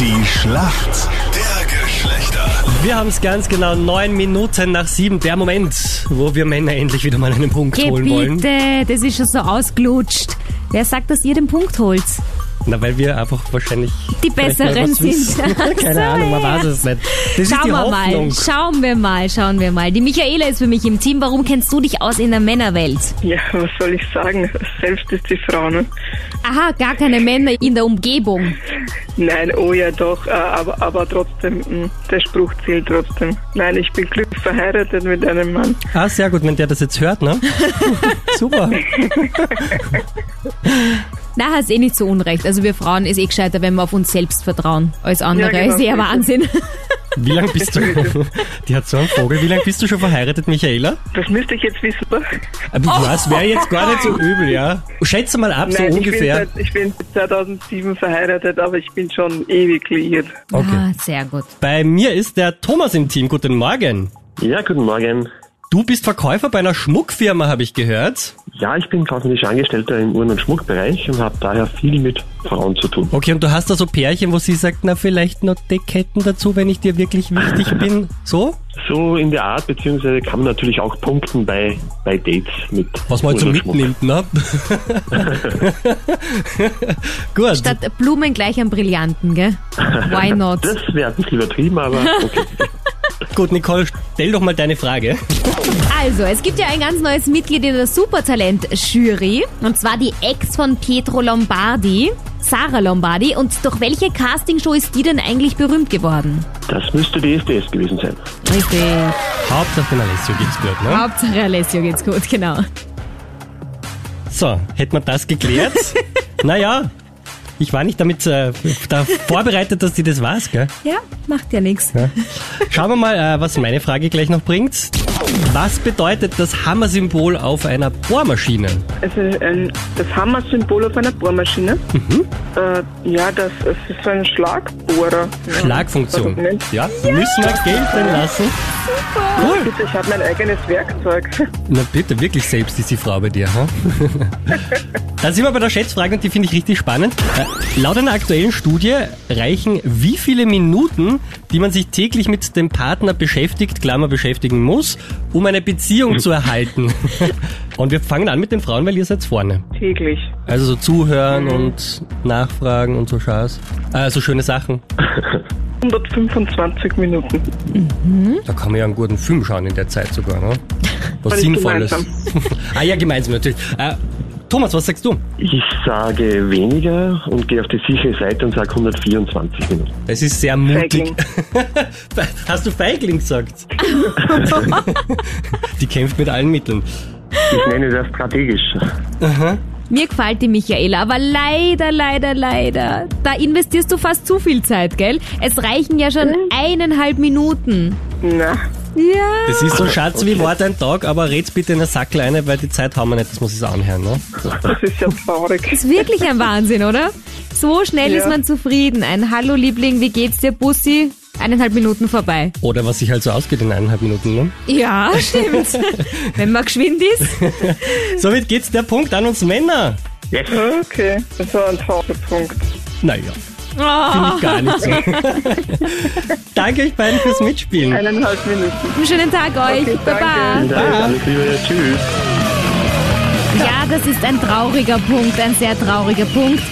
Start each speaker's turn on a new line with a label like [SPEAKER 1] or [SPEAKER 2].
[SPEAKER 1] Die Schlacht der Geschlechter.
[SPEAKER 2] Wir haben es ganz genau neun Minuten nach sieben. Der Moment, wo wir Männer endlich wieder mal einen Punkt
[SPEAKER 3] Geh
[SPEAKER 2] holen wollen.
[SPEAKER 3] bitte, das ist schon so ausgelutscht. Wer sagt, dass ihr den Punkt holt?
[SPEAKER 2] Na, weil wir einfach wahrscheinlich
[SPEAKER 3] Die
[SPEAKER 2] vielleicht mal
[SPEAKER 3] Besseren
[SPEAKER 2] was
[SPEAKER 3] sind.
[SPEAKER 2] wissen.
[SPEAKER 3] Ach so,
[SPEAKER 2] Keine Ahnung, man
[SPEAKER 3] ja.
[SPEAKER 2] weiß es nicht. Das ist
[SPEAKER 3] Schauen
[SPEAKER 2] die
[SPEAKER 3] wir
[SPEAKER 2] Hoffnung.
[SPEAKER 3] mal, schauen wir mal, schauen wir mal. Die Michaela ist für mich im Team. Warum kennst du dich aus in der Männerwelt?
[SPEAKER 4] Ja, was soll ich sagen? Selbst ist die Frau, ne?
[SPEAKER 3] Aha, gar keine Männer in der Umgebung.
[SPEAKER 4] Nein, oh ja doch, äh, aber, aber trotzdem, mh, der Spruch zählt trotzdem. Nein, ich bin glücklich verheiratet mit einem Mann.
[SPEAKER 2] Ah, sehr gut, wenn der das jetzt hört, ne? Super.
[SPEAKER 3] Na, hast eh nicht so unrecht. Also wir Frauen ist eh gescheiter, wenn wir auf uns selbst vertrauen als andere.
[SPEAKER 4] Ja, genau.
[SPEAKER 3] Ist eher Wahnsinn.
[SPEAKER 2] Wie lange bist du? Die hat so einen Vogel. Wie lange bist du schon verheiratet, Michaela?
[SPEAKER 4] Das müsste ich jetzt wissen. oder?
[SPEAKER 2] Aber
[SPEAKER 3] Oh.
[SPEAKER 2] Das wäre jetzt gar nicht so übel, ja? Schätze mal ab,
[SPEAKER 4] Nein,
[SPEAKER 2] so
[SPEAKER 4] ich, bin
[SPEAKER 2] ungefähr.
[SPEAKER 4] seit, ich bin seit 2007 verheiratet, aber ich bin schon ewig liiert.
[SPEAKER 2] Okay.
[SPEAKER 3] Ah, sehr gut.
[SPEAKER 2] Bei mir ist der Thomas im Team. Guten Morgen.
[SPEAKER 5] Ja, guten Morgen.
[SPEAKER 2] Du bist Verkäufer bei einer Schmuckfirma, habe ich gehört.
[SPEAKER 5] Ja, ich bin kaufmännischer Angestellter im Uhren- und Schmuckbereich und habe daher viel mit Frauen zu tun.
[SPEAKER 2] Okay, und du hast da so Pärchen, wo sie sagt, na vielleicht noch Deckketten dazu, wenn ich dir wirklich wichtig bin. So?
[SPEAKER 5] So in der Art, beziehungsweise kann man natürlich auch punkten bei, bei Dates mit
[SPEAKER 2] Was man halt so
[SPEAKER 5] Uhren und Schmuck.
[SPEAKER 2] mitnimmt, ne? Gut.
[SPEAKER 3] Statt Blumen gleich an Brillanten, gell? Why not?
[SPEAKER 5] Das wäre ein bisschen übertrieben, aber okay.
[SPEAKER 2] Gut, Nicole, stell doch mal deine Frage.
[SPEAKER 3] Also, es gibt ja ein ganz neues Mitglied in der Supertalent-Jury. Und zwar die Ex von Pietro Lombardi, Sarah Lombardi. Und durch welche Castingshow ist die denn eigentlich berühmt geworden?
[SPEAKER 5] das müsste die SDS gewesen sein.
[SPEAKER 3] Richtig.
[SPEAKER 2] Hauptsache den Alessio geht's gut, ne?
[SPEAKER 3] Hauptsache Alessio geht's gut, genau.
[SPEAKER 2] So, hätten wir das geklärt? naja, ich war nicht damit äh, da vorbereitet, dass die das war's, gell?
[SPEAKER 3] Ja, macht ja nichts.
[SPEAKER 2] Schauen wir mal, äh, was meine Frage gleich noch bringt. Was bedeutet das Hammersymbol auf einer Bohrmaschine?
[SPEAKER 4] Also ähm, das Hammer-Symbol auf einer Bohrmaschine.
[SPEAKER 2] Mhm.
[SPEAKER 4] Äh, ja, das, das ist so ein Schlagbohrer.
[SPEAKER 2] Schlagfunktion.
[SPEAKER 4] Ja, Moment.
[SPEAKER 2] Ja, müssen wir gelten lassen. Cool.
[SPEAKER 4] Bitte, ich habe mein eigenes Werkzeug.
[SPEAKER 2] Na bitte, wirklich selbst ist die Frau bei dir, ha? Dann sind wir bei der Schätzfrage und die finde ich richtig spannend. Äh, laut einer aktuellen Studie reichen wie viele Minuten, die man sich täglich mit dem Partner beschäftigt, Klammer beschäftigen muss, um eine Beziehung zu erhalten. Und wir fangen an mit den Frauen, weil ihr seid vorne.
[SPEAKER 4] Täglich.
[SPEAKER 2] Also so zuhören und nachfragen und so Schaß. Äh, so schöne Sachen.
[SPEAKER 4] 125 Minuten.
[SPEAKER 2] Da kann man ja einen guten Film schauen in der Zeit sogar, ne? Was
[SPEAKER 4] Alles
[SPEAKER 2] Sinnvolles.
[SPEAKER 4] gemeinsam.
[SPEAKER 2] ah ja, gemeinsam natürlich. Äh, Thomas, was sagst du?
[SPEAKER 5] Ich sage weniger und gehe auf die sichere Seite und sage 124 Minuten.
[SPEAKER 2] Das ist sehr mutig.
[SPEAKER 4] Feigling.
[SPEAKER 2] Hast du Feigling gesagt? Die kämpft mit allen Mitteln.
[SPEAKER 5] Ich nenne das strategisch.
[SPEAKER 3] Mir gefällt die Michaela, aber leider, leider, leider. Da investierst du fast zu viel Zeit, gell? Es reichen ja schon eineinhalb Minuten.
[SPEAKER 4] Na,
[SPEAKER 3] Ja.
[SPEAKER 2] Das ist so Schatz wie Wort ein Tag, aber red's bitte in der Sackleine, weil die Zeit haben wir nicht, dass wir es anhören. Ne?
[SPEAKER 4] das ist ja traurig.
[SPEAKER 3] Ist wirklich ein Wahnsinn, oder? So schnell
[SPEAKER 4] Ja.
[SPEAKER 3] ist man zufrieden. Ein Hallo Liebling, wie geht's dir, Bussi? Eineinhalb Minuten vorbei.
[SPEAKER 2] Oder was sich halt so ausgeht in eineinhalb Minuten. Ne?
[SPEAKER 3] Ja, stimmt. Wenn man geschwind ist.
[SPEAKER 2] Somit geht's der Punkt an uns Männer.
[SPEAKER 5] Yes.
[SPEAKER 4] Okay, das war ein trauriger Punkt.
[SPEAKER 2] Naja,
[SPEAKER 3] Oh,
[SPEAKER 2] finde ich gar nicht so. Danke euch beiden fürs Mitspielen.
[SPEAKER 4] Eineinhalb Minuten.
[SPEAKER 3] einen schönen Tag euch.
[SPEAKER 4] Okay,
[SPEAKER 3] Baba.
[SPEAKER 4] danke.
[SPEAKER 5] Danke, alles Liebe, tschüss.
[SPEAKER 3] Ja, das ist ein trauriger Punkt, ein sehr trauriger Punkt.